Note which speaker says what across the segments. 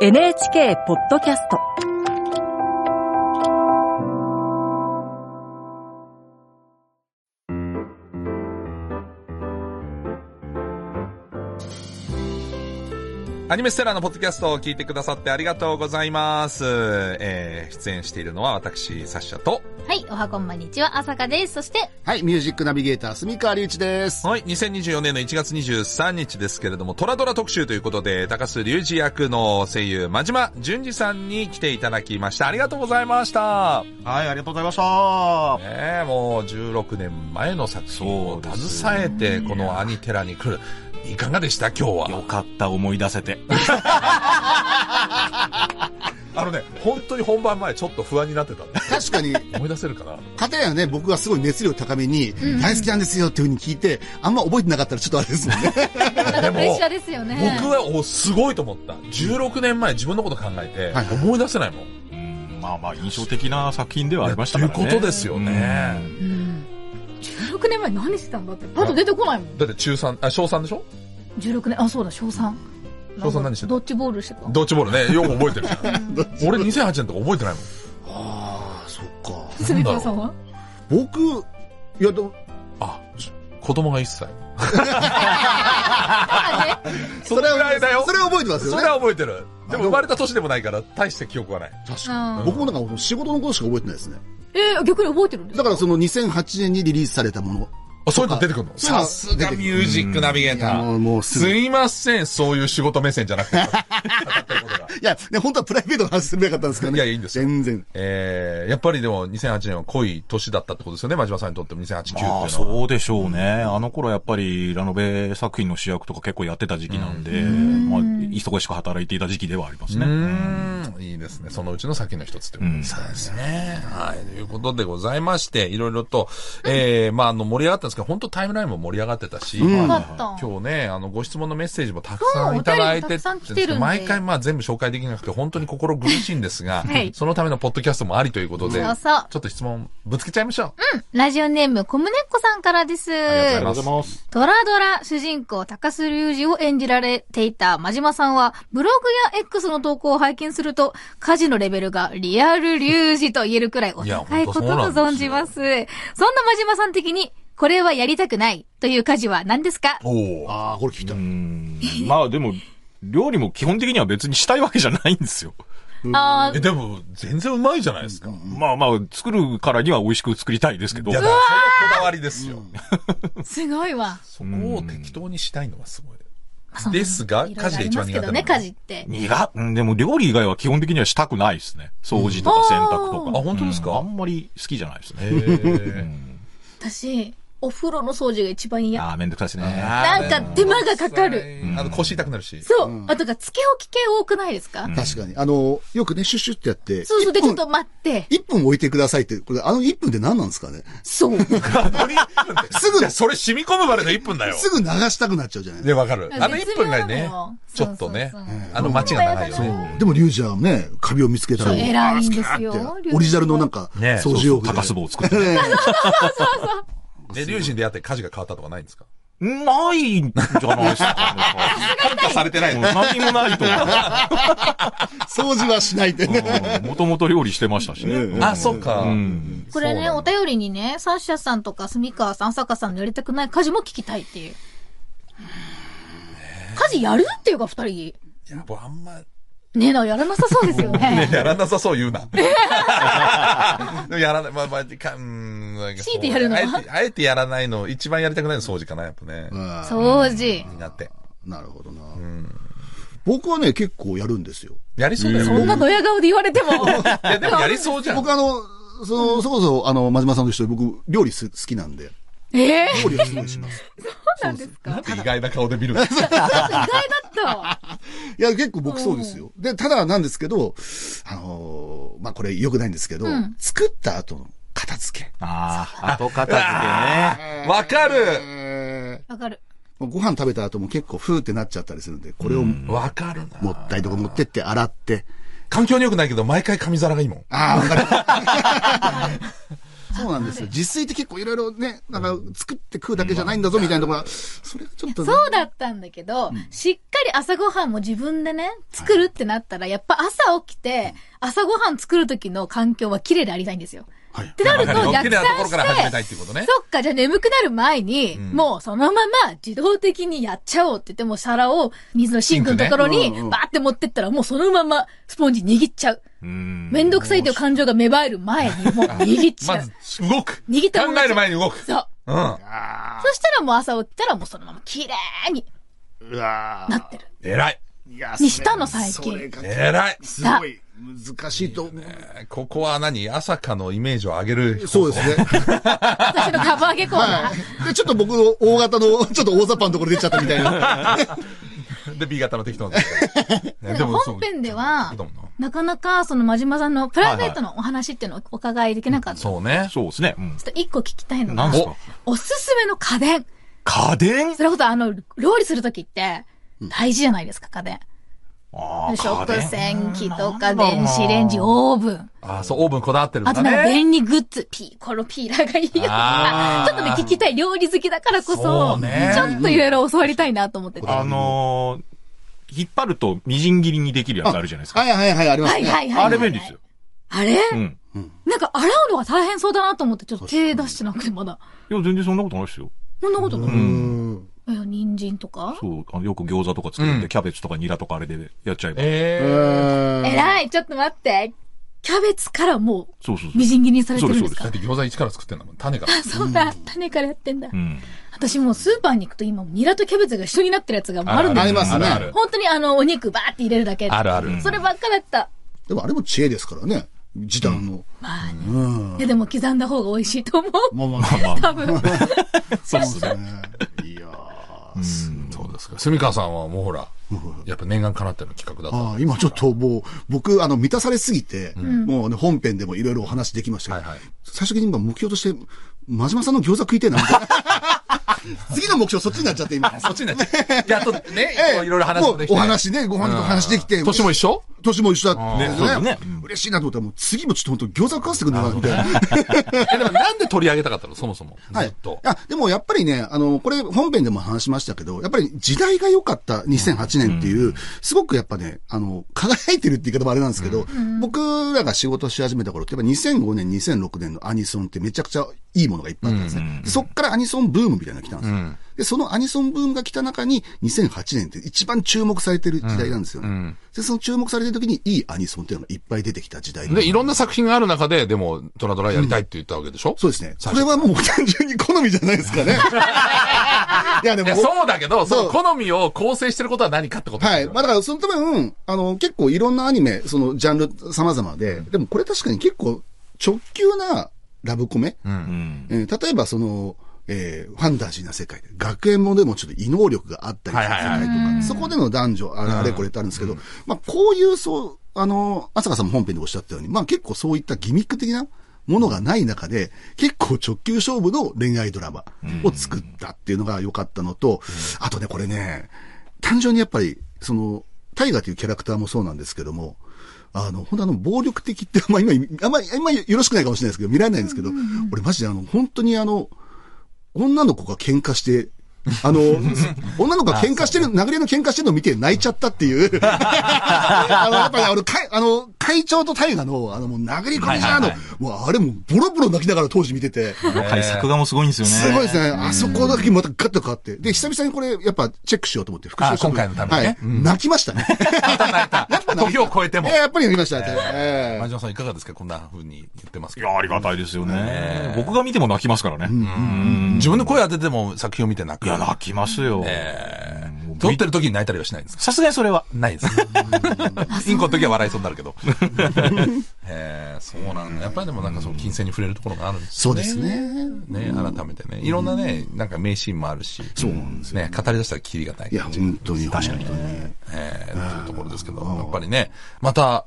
Speaker 1: NHK ポッドキャスト
Speaker 2: アニメステラのポッドキャストを聞いてくださってありがとうございます。えー、出演しているのは私、サッシャと、
Speaker 3: はい、おはこんばんにちは、あさかです。そして、
Speaker 4: はい、ミュージックナビゲーター、住川隆一です。
Speaker 2: はい、2024年の1月23日ですけれども、トラドラ特集ということで、高須隆二役の声優、真島淳二さんに来ていただきました。ありがとうございました。
Speaker 5: はい、ありがとうございました。
Speaker 2: ねえ、もう16年前の作品を
Speaker 5: そうです
Speaker 2: 携えて、このアニテラに来る。いかがでした今日は。
Speaker 5: よかった、思い出せて。
Speaker 2: あのね、本当に本番前ちょっと不安になってたんで
Speaker 4: 確かに、
Speaker 2: 思い出せるかな
Speaker 4: 片やね、僕がすごい熱量高めに、大好きなんですよっていうふうに聞いて、あんま覚えてなかったらちょっとあれですもんね。
Speaker 3: なんかプレッシャーですよね。
Speaker 2: 僕はおすごいと思った16年前自分のこと考え
Speaker 4: はい
Speaker 2: て思い出せないもん、
Speaker 5: うんまあまあ、印象的な作品ではありました
Speaker 2: と
Speaker 5: か
Speaker 2: いう
Speaker 5: らね。
Speaker 2: ことですよね、
Speaker 3: うん。16年前何してたんだって、パッと出てこないもん。
Speaker 2: だって中3あ小3でしょ
Speaker 3: 16年、あ、そうだ、小3。
Speaker 2: 小三何してた
Speaker 3: ドッジボールしてた。
Speaker 2: ドッジボールねよく覚えてるじゃん俺2008年とか覚えてないもん
Speaker 4: ああ、そっか。
Speaker 3: すみこさんは
Speaker 4: 僕、いや、でも
Speaker 2: あ子供が1歳
Speaker 3: あね
Speaker 2: それぐらいだよ
Speaker 4: それは覚えてます
Speaker 2: そ
Speaker 4: よ
Speaker 2: れ
Speaker 4: ね。
Speaker 2: は覚えてるでも生まれた年でもないから大して記憶はない
Speaker 4: 確
Speaker 3: う
Speaker 4: か
Speaker 3: ん
Speaker 4: に。僕もなんか仕事のことしか覚えてないですね。
Speaker 3: えー、逆に覚えてるんです
Speaker 4: だ
Speaker 3: か
Speaker 4: からその2008年にリリースされたもの。
Speaker 2: あそういうの出てくるの
Speaker 4: そういうの
Speaker 2: さすがミュージックナビゲータ
Speaker 4: いやも
Speaker 2: ー
Speaker 4: うもうす
Speaker 2: す
Speaker 4: ぐ
Speaker 2: いませんそういう仕事目線じゃなくて語ってることが
Speaker 4: いや、ね、本当はプライベートの話すればよかったんですけどね。
Speaker 2: いやいいんですよ
Speaker 4: 全然。
Speaker 2: えー、やっぱりでも2008年は濃い年だったってことですよね、真島さんにとっても2008、9っていうの
Speaker 5: あ
Speaker 2: は。
Speaker 5: あ、そうでしょうね。あの頃やっぱり、ラノベ作品の主役とか結構やってた時期なんで、まあ、忙しく働いていた時期ではあります
Speaker 2: う
Speaker 5: ね。
Speaker 2: ーん、いいですね。そのうちの先の一つということですね。
Speaker 5: うん
Speaker 2: ですね。はい。ということでございまして、いろいろと、えー、まあ、あの、盛り上がったんですけど、本当タイムラインも盛り上がってたし、
Speaker 4: うん
Speaker 2: まあ
Speaker 3: よかった
Speaker 2: 今日ね、あの、ご質問のメッセージもたくさん
Speaker 3: そう
Speaker 2: いただいて
Speaker 3: お便りもたくさん来てるんで
Speaker 2: 毎回、まあ、全部紹介できなくて、本当に心苦しいんですが、
Speaker 3: はい
Speaker 2: そのためのポッドキャストもありということで、
Speaker 3: そうそう
Speaker 2: ちょっと質問ぶつけちゃいましょう。
Speaker 3: ラジオネーム、コムネッコさんからです。
Speaker 2: りがとうございます
Speaker 5: ありがとうございます。
Speaker 3: ドラドラ主人公高須隆二を演じられていた真島さんは、ブログや X の投稿を拝見すると、家事のレベルがリアル隆二と言えるくらいお高いことと存じます。そんな真島さん的に、これはやりたくないという家事は何ですか
Speaker 2: おー
Speaker 4: ああ、これ聞いた。
Speaker 5: う。
Speaker 4: うん
Speaker 5: まあでも、料理も基本的には別にしたいわけじゃないんですよ。
Speaker 3: あ
Speaker 2: え、でも、全然うまいじゃないですか。
Speaker 5: まあまあ、作るからには美味しく作りたいですけど。
Speaker 2: いや、だからそれはこだわりですよ。
Speaker 3: ー、すごいわ。
Speaker 2: そこを適当にしたいのはすごい。
Speaker 3: そんな
Speaker 2: ですが、
Speaker 3: い
Speaker 2: 家
Speaker 3: ろ
Speaker 2: 事
Speaker 3: いろあ
Speaker 2: が
Speaker 3: り
Speaker 2: 一
Speaker 3: ま
Speaker 2: 番苦
Speaker 3: すけ
Speaker 2: 手な
Speaker 3: ど
Speaker 2: の
Speaker 3: ね、家事って。
Speaker 5: 苦うんでも料理以外は基本的にはしたくないですね。掃除とか洗濯とか。
Speaker 2: あ本当ですか
Speaker 5: うんあんまり好きじゃないですね。
Speaker 2: へ
Speaker 3: 私、お風呂の掃除が一番嫌。
Speaker 5: ああ、めんどくさいですね。
Speaker 2: ー
Speaker 3: なんか手間がかかる。
Speaker 2: あの、腰痛くなるし。
Speaker 3: そう。あとが、つけ置き系多くないですか、
Speaker 4: 確かに。あの、よくね、シュッシュってやって。
Speaker 3: そうそう。で、
Speaker 4: 一
Speaker 3: ちょっ
Speaker 4: 分
Speaker 3: と待って。
Speaker 4: 一分置いてくださいって、これ、あの一分って何なんですかね
Speaker 3: そう。
Speaker 4: すぐ
Speaker 2: いや、それ染み込むまでの1分だよ。
Speaker 4: すぐ流したくなっちゃうじゃない
Speaker 2: で、わかる。あの
Speaker 3: 絶
Speaker 2: 1
Speaker 3: 妙
Speaker 2: 分
Speaker 3: な
Speaker 2: が
Speaker 3: の
Speaker 2: ね
Speaker 3: よ、
Speaker 2: ちょっとね
Speaker 3: そうそうそう、
Speaker 2: あの待ちが長いよね。
Speaker 4: でも、リュウジはね、カビを見つけたら、
Speaker 3: 偉いんですよ。
Speaker 4: オリジナルのなんか、
Speaker 2: ね
Speaker 4: 掃除用具で。
Speaker 5: 高
Speaker 4: す
Speaker 5: 壺を作って。
Speaker 2: で、龍神でやって家事が変わったとかないんですか
Speaker 5: ないんじゃないですか、
Speaker 2: 変化されてない
Speaker 5: うん
Speaker 2: の
Speaker 5: 何もないと
Speaker 4: 掃除はしないでね。
Speaker 5: 思う。もともと料理してましたしね。
Speaker 4: うん
Speaker 2: あ、そうか。
Speaker 5: うん
Speaker 3: これね、
Speaker 2: そうな
Speaker 3: お
Speaker 2: んだ
Speaker 3: 便りにね、サッシャさんとか、スミカさん、サカさんのやりたくない家事も聞きたいっていう。家事やるっていうか、二人。
Speaker 2: いや、僕あんま、
Speaker 3: ねえな、やらなさそうです よ
Speaker 2: ね、
Speaker 3: ね。
Speaker 2: やらなさそう言う な。でもやらない、まあまあ、か、うーん、なんかそう
Speaker 3: 強いてやるのは
Speaker 2: あえて、あえてやらないの、一番やりたくないの掃除かな、やっぱね。
Speaker 4: うん
Speaker 3: 掃除。
Speaker 2: 苦手。
Speaker 4: なるほどな。僕はね、結構やるんですよ。
Speaker 2: やりそうだよ
Speaker 3: そん
Speaker 2: ね。
Speaker 3: なドヤ顔で言われても。
Speaker 2: いや、でもやりそうじゃん。
Speaker 4: 僕あの、その、そこそこ、あの、真島さんと一緒で僕、料理す好きなんで、
Speaker 3: え え
Speaker 4: 料理はすごいします。
Speaker 3: そうなんですか
Speaker 2: 意外な顔で見る。
Speaker 3: 意外だった。
Speaker 4: いや、結構僕そうですよ。で、ただなんですけど、あのーまあ、これ良くないんですけど、
Speaker 3: ん
Speaker 4: 作った後の片付け。
Speaker 5: ああ、後片付けね。
Speaker 2: わかる
Speaker 3: わかる。
Speaker 4: ご飯食べた後も結構ふーってなっちゃったりするんで、これをも
Speaker 2: わかるな。
Speaker 4: ったいとか持ってって洗って、
Speaker 2: 環境に良くないけど、毎回紙皿がいいもん。
Speaker 4: ああ、わかる。 そうなんですよ。自炊って結構いろいろね、なんか作って食うだけじゃないんだぞみたいなところが、それがちょっとね、
Speaker 3: そうだったんだけど、しっかり朝ごはんも自分でね、作るってなったら、やっぱ朝起きて、朝ごはん作る時の環境は綺麗でありたいんですよ。
Speaker 4: はい
Speaker 3: っ てなると
Speaker 2: わか
Speaker 3: 逆
Speaker 2: るよ綺麗なところ
Speaker 3: 算
Speaker 2: から始めたい
Speaker 3: し、
Speaker 2: ってていうことね。
Speaker 3: そっか、じゃあ眠くなる前に、
Speaker 2: ん
Speaker 3: もうそのまま自動的にやっちゃおうって言って、もう皿を水のシンクのところ
Speaker 4: シン
Speaker 3: に
Speaker 4: クねうんうん
Speaker 3: バーって持ってったら、もうそのままスポンジ握っちゃう。
Speaker 5: うん。
Speaker 3: めんどくさいという感情が芽生える前に、もう握っちゃ
Speaker 2: ま
Speaker 3: う
Speaker 2: ず。、動く。
Speaker 3: 握ったまま
Speaker 2: 考える前に動く。
Speaker 3: そう。
Speaker 2: うん。
Speaker 4: あ
Speaker 3: そしたらもう朝起きたらもうそのまま綺麗に
Speaker 4: ーうわー
Speaker 3: なってる。
Speaker 2: 偉い。
Speaker 4: いや
Speaker 3: にしたの最近
Speaker 4: それが
Speaker 2: 偉い。
Speaker 4: すごい難しいと思う。
Speaker 2: ここは何朝かのイメージを上げる。
Speaker 4: そうですね。
Speaker 3: 私のカバーげコーナー。
Speaker 4: はい。で、ちょっと僕の大型の、ちょっと大雑把なところ出ちゃったみた いな。
Speaker 2: で、B 型の適当なんですけどね
Speaker 3: で
Speaker 2: で
Speaker 3: も
Speaker 2: もそう
Speaker 3: 本編では
Speaker 2: そうだもんな、
Speaker 3: なかなかその真島さんのプライベートのお話っていうのをお伺いできなかった。ちょ
Speaker 2: そうね。
Speaker 5: そうですね。うん
Speaker 3: っと一個聞きたいの
Speaker 5: なんす
Speaker 3: が、
Speaker 5: か
Speaker 3: おすすめの家電。
Speaker 5: 家電
Speaker 3: それこそあの、料理するときって、大事じゃないですか、家電。
Speaker 5: あー
Speaker 3: 食
Speaker 5: 家電
Speaker 3: 洗機と
Speaker 5: なん
Speaker 3: か、
Speaker 5: だろうな
Speaker 3: 電子レンジ、オーブン。
Speaker 2: ああ、そう、オーブンこだわってるん
Speaker 3: あ
Speaker 2: だ
Speaker 3: となんか
Speaker 2: ね。
Speaker 3: 便利グッズ、ピー、このピーラーがいいよと
Speaker 2: あ
Speaker 3: か
Speaker 2: ー、
Speaker 3: ちょっとね、聞きたい料理好きだからこ
Speaker 2: そ
Speaker 3: そ、
Speaker 2: うね
Speaker 3: ちょっといろいろ教わりたいなと思ってて。
Speaker 5: あのー、引っ張るとみじん切りにできるやつあるじゃないですか。
Speaker 4: はいはいはい、あります
Speaker 3: は
Speaker 4: ね。
Speaker 3: いはいはい。
Speaker 5: あれ便利ですよ。。
Speaker 3: あれ
Speaker 5: うん。
Speaker 3: なんか洗うのが大変そうだなと思って、ちょっと手出してなくて、まだ。
Speaker 5: いや、全然そんなことないですよ。
Speaker 3: そんなことな
Speaker 5: う
Speaker 3: い。
Speaker 5: ん。
Speaker 4: うん
Speaker 3: いや、人参とか
Speaker 5: そう、あのよく餃子とか作って、
Speaker 2: うん
Speaker 5: キャベツとかニラとかあれでやっちゃえば。
Speaker 4: え
Speaker 2: え
Speaker 4: ー
Speaker 3: えらいちょっと待って。キャベツからも
Speaker 5: そうそ
Speaker 3: う、
Speaker 5: うそう
Speaker 3: み。じん切りにされてるんです
Speaker 2: ー。だ
Speaker 3: か
Speaker 2: って餃子一から作ってんだもん。種から。
Speaker 3: そうだ、種からやってんだ
Speaker 5: う。ん。
Speaker 3: 私もうスーパーに行くと今、ニラとキャベツが一緒になってるやつがもうあるんです
Speaker 4: ありますね
Speaker 2: ある
Speaker 3: 本当にあの、お肉バーって入れるだけ。
Speaker 2: ある。ある。
Speaker 3: そればっかだった。
Speaker 4: でもあれも知恵ですからね。時短の。
Speaker 3: まあね。
Speaker 4: うん。
Speaker 3: いや、でも刻んだ方が美味しいと思う。
Speaker 4: まあまあまあ、
Speaker 5: まあ、
Speaker 3: 多 分。
Speaker 4: そうですね。いやーす
Speaker 2: そうですか。住川さんはもうほら、やっぱ念願かなっての企画だと。
Speaker 4: ああ今ちょっともう、僕、あの、満たされすぎて、もうね、本編でもいろいろお話できましたけど、
Speaker 2: はいはい
Speaker 4: 最終的に今目標として、真島さんの餃子食いてえな、みたいな。次の目標そっちになっちゃって、今。
Speaker 2: そ っちになっちゃう。やっとね、こういろいろ話
Speaker 4: も
Speaker 2: も
Speaker 4: う
Speaker 2: できて。
Speaker 4: お話ね、ご飯とお話できて。
Speaker 2: 年も一 緒
Speaker 4: 年も一緒だって
Speaker 5: ねそうだね
Speaker 4: 嬉しいなと思ったら、もう次もちょっと本当餃子食わせてくれなかった。
Speaker 2: え、でもなんで取り上げたかったのそもそも。
Speaker 4: は
Speaker 2: ず
Speaker 4: い。い
Speaker 2: っと。
Speaker 4: や、でもやっぱりね、あの、これ本編でも話しましたけど、やっぱり時代が良かった2008年っていう、すごくやっぱね、あの、輝いてるって言い方もあれなんですけど、僕らが仕事し始めた頃って、やっぱ2005年、2006年のアニソンってめちゃくちゃいいものがいっぱいあったんですね。でそっからアニソンブームみたいなのが来たんですよ。で、そのアニソンブームが来た中に、2008年って一番注目されてる時代なんですよね。で、その注目されてる時にいいアニソンっていうのがいっぱい出てきた時代
Speaker 2: で、いろんな作品がある中で、でも、トラドラやりたいって言ったわけでしょ、
Speaker 4: そうですね。
Speaker 2: 最
Speaker 4: そ
Speaker 2: 初
Speaker 4: れはもう単純に好みじゃないですかね。いや、で
Speaker 2: いや、
Speaker 4: も、
Speaker 2: そうだけど、そ
Speaker 4: そう
Speaker 2: の好みを構成してることは何かってこと
Speaker 4: はい。まあだから、その多分、あの、結構いろんなアニメ、そのジャンル様々で、でもこれ確かに結構直球なラブコメ。
Speaker 5: うん。
Speaker 4: えー例えば、その、えーファンタジーな世界で、学園もでもちょっと異能力があったりする世界とか、
Speaker 2: はい
Speaker 4: そこでの男女、あれあれこれってあるんですけど、まあこういう、そう、あの、朝香さんも本編でおっしゃったように、まあ結構そういったギミック的な、ものがない中で、結構直球勝負の恋愛ドラマを作ったっていうのが良かったのと、あとね、これね、単純にやっぱり、その、タイガーというキャラクターもそうなんですけども、あの、本当あの、暴力的って、まあ今、あんまり、あんまりよろしくないかもしれないですけど、見られないんですけど、俺マジであの、本当にあの、女の子が喧嘩して、あの、女の子が喧嘩してる、殴り合いの喧嘩してるのを見て泣いちゃったっ ていう。あの、やっぱりあの、かいあの会長と大河の、あの、もう殴り込みじゃーの、もうあれもうボロボロ泣きながら当時見てて。
Speaker 5: あの回作画もすごいんですよね。
Speaker 4: すごいですね。あそこだけまたガッと変わって。で、久々にこれ、やっぱチェックしようと思って、復習
Speaker 2: あ
Speaker 4: した
Speaker 2: 今回のためにね
Speaker 4: はい
Speaker 2: うん
Speaker 4: 泣きまし たね。
Speaker 2: 時を超えて
Speaker 4: え
Speaker 2: も
Speaker 4: ー。 やっぱり泣きましたね。え
Speaker 2: マジさんいかがですかこんな風に言ってます
Speaker 5: い
Speaker 2: けど。
Speaker 5: や、ありがたいですよね。僕が見ても泣きますからね。うん。
Speaker 2: 自分で声当てても作品を見て泣く。
Speaker 5: いや、泣きますよ。
Speaker 2: えー撮ってる時に泣いたりはしないんですか
Speaker 5: さすがにそれは。
Speaker 2: ないです。インコの時は笑いそうになるけど。えーそうなんだ。やっぱりでもなんかそう、金銭に触れるところがあるんです
Speaker 4: そうですね。
Speaker 2: ね、改めてね。いろんなね、なんか名シーンもあるし。そうなんですね。語り出したらキリがない
Speaker 4: い。や、本当に。確かに。
Speaker 2: えー、というところですけど、やっぱりね、また、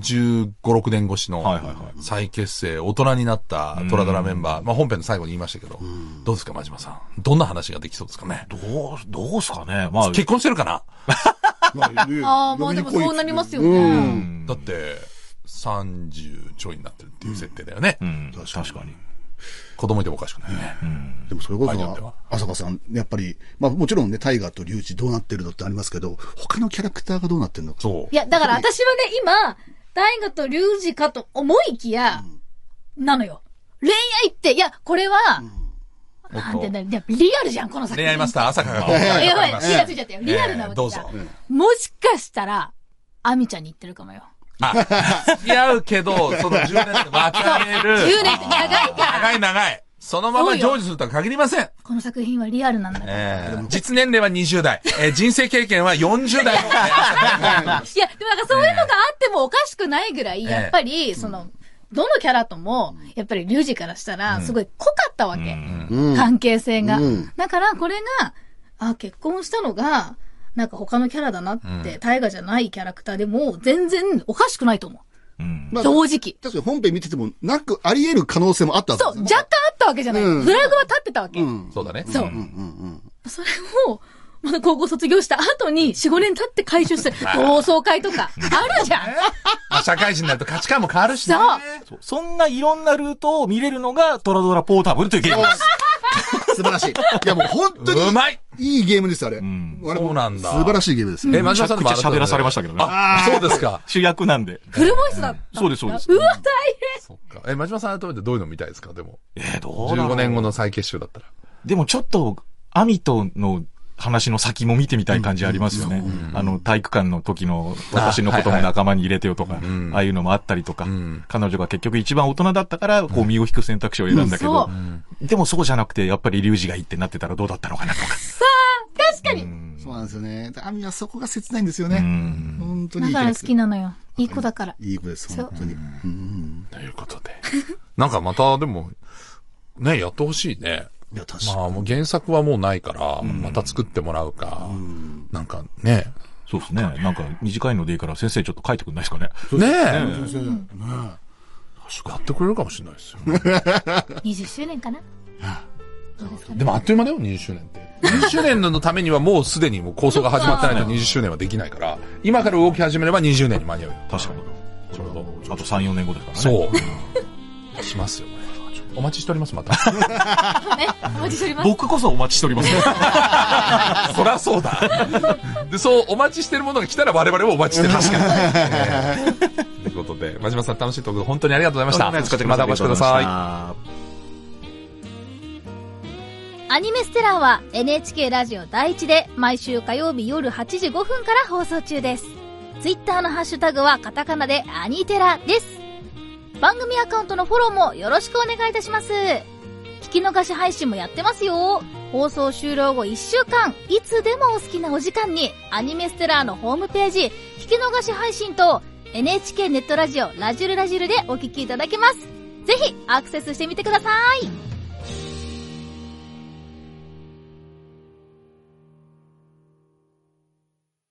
Speaker 2: 15、6年越しの
Speaker 5: はいはいは
Speaker 2: 再結成、大人になったトラドラメンバー、まあ本編の最後に言いましたけど、どうですか、真島さん。どんな話ができそうですかね。
Speaker 5: どう、どうすかね。まあ、
Speaker 2: 結婚してるかな
Speaker 3: ああ、まあでもそうなりますよね。
Speaker 2: だって、30ちょいになってるっていう設定だよね。
Speaker 5: うん、確かに。
Speaker 2: 子供いてもおかしくないね。
Speaker 4: でもそれこ
Speaker 2: アイドルでは
Speaker 4: そ、浅香さん、やっぱり、まあもちろんね、タイガーとリュウジどうなってるのってありますけど、他のキャラクターがどうなってるのか。
Speaker 2: そ
Speaker 3: いや、だから私はね、今、大河と龍二かと思いきや、なのよ。恋愛って、いや、これは、
Speaker 2: う。
Speaker 3: なんて言うんだろういやリアルじゃん、この作
Speaker 2: 恋
Speaker 3: 品。
Speaker 2: 愛マスター、朝香が。
Speaker 3: いやばい、
Speaker 2: わか
Speaker 3: 火
Speaker 2: り
Speaker 3: が
Speaker 2: ま
Speaker 3: つ
Speaker 2: す
Speaker 3: いちゃったよ。リアルな
Speaker 2: えー
Speaker 3: わけ
Speaker 2: どう
Speaker 3: だ
Speaker 2: ぞ。
Speaker 3: もしかしたら、アミちゃんに言ってるかもよ。
Speaker 2: あ、付き合うけど、その10年で別 れる。
Speaker 3: 10年って長いから。
Speaker 2: 長い長い。そのまま成就するとは限りません。
Speaker 3: この作品はリアルなんだから。
Speaker 2: えー実年齢は20代。えー人生経験は40代の、ね、
Speaker 3: いや、でもなんかそういうのがあってもおかしくないぐらい、
Speaker 2: ええ
Speaker 3: やっぱり、その、どのキャラとも、やっぱりリュウジからしたら、すごい濃かったわけ。
Speaker 4: うん。
Speaker 3: 関係性が
Speaker 4: うん。
Speaker 3: だからこれが、あ、結婚したのが、なんか他のキャラだなって、大河じゃないキャラクターでも、全然おかしくないと思
Speaker 5: うん。
Speaker 4: ま
Speaker 3: う。
Speaker 4: あ
Speaker 3: 正直。
Speaker 4: 確かに本編見てても、なくあり得る可能性もあったわけ
Speaker 3: そう、若干あったわけじゃない。
Speaker 4: うん
Speaker 3: フラグは立ってたわけ。
Speaker 4: うん。
Speaker 2: そうだね。
Speaker 3: そう。
Speaker 4: うんうん
Speaker 3: それを、まだ高校卒業した後に、4、5年経って回収する、同窓会とか、あるじゃん。
Speaker 2: まあ社会人になると価値観も変わるしね。
Speaker 3: そう
Speaker 5: そうそんないろんなルートを見れるのがトラドラポータブルというゲームです。
Speaker 4: 素晴らしい。いやもう本当に。
Speaker 2: うまい
Speaker 4: いいゲームです、あれ。
Speaker 5: ん
Speaker 4: あれも
Speaker 2: そうなんだ
Speaker 4: 素晴らしいゲームですね。
Speaker 2: え、マジ
Speaker 5: めちゃくちゃ喋らされましたけどね
Speaker 2: あ、そうですか。
Speaker 5: 主役なんで。
Speaker 3: フルボイスだったんだ。
Speaker 5: そうですそうです
Speaker 3: うわ、大
Speaker 2: そっか。え、真島さん改めてどういうの見たいですかでも。
Speaker 5: えー、どうだろう
Speaker 2: 15年後の再結集だったら。
Speaker 5: でもちょっと、アミとの話の先も見てみたい感じありますよね。あの、体育館の時の私のことも仲間に入れてよとか、
Speaker 2: ん
Speaker 5: ああいうのもあったりとか
Speaker 2: ん、
Speaker 5: 彼女が結局一番大人だったから、こう身を引く選択肢を選んだけど
Speaker 3: う、
Speaker 5: でもそうじゃなくて、やっぱりリュウジがいいってなってたらどうだったのかなとか。
Speaker 3: 確かに。
Speaker 4: そうなんですよね。でアミはそこが切ないんですよ
Speaker 5: う
Speaker 4: ね。
Speaker 5: ん
Speaker 4: 本当に
Speaker 3: だ
Speaker 4: いいキ
Speaker 3: か
Speaker 4: ャラ
Speaker 3: ら
Speaker 4: ク
Speaker 3: 好
Speaker 4: タ
Speaker 3: き
Speaker 4: ー。
Speaker 3: なのよ。いい子だから。
Speaker 4: いい子です、
Speaker 3: そう
Speaker 4: 本当に。うん
Speaker 2: ということで。 なんかまた、でも、ね、やってほしいね。
Speaker 4: いや、確かに。
Speaker 2: まあ、もう原作はもうないから、また作ってもらうか。なんかね。
Speaker 5: そうですね。なんか短いのでいいから先生ちょっと書いてくんないですかね。
Speaker 2: ねえ。やってくれるかもしれないですよ。
Speaker 3: 20周年かなどうですかね
Speaker 2: でもあっという間だよ、20周年って。20周年のためにはもうすでにもう構想が始まってないと20周年はできないから、今から動き始めれば20年に間に合うよ。
Speaker 5: 確かに。
Speaker 2: ちょうど。
Speaker 5: あと3、4年後ですからね。
Speaker 2: そう。しますよ、これ。お待ちしております、また。
Speaker 3: ね、お待ちしております。
Speaker 5: 僕こそお待ちしております。
Speaker 2: そりゃそうだ。で、そう、お待ちしてるものが来たら我々もお待ちしてます から。えーということで、真島さん楽しいトーク本当にありがとうございました。またお越しください。
Speaker 5: い。
Speaker 3: アニメステラーは NHK ラジオ第一で毎週火曜日夜8時5分から放送中です。ツイッターのハッシュタグはカタカナでアニテラです。番組アカウントのフォローもよろしくお願いいたします。聞き逃し配信もやってますよ。放送終了後1週間、いつでもお好きなお時間にアニメステラーのホームページ、聞き逃し配信と NHK ネットラジオラジルラジルでお聞きいただけます。ぜひアクセスしてみてください。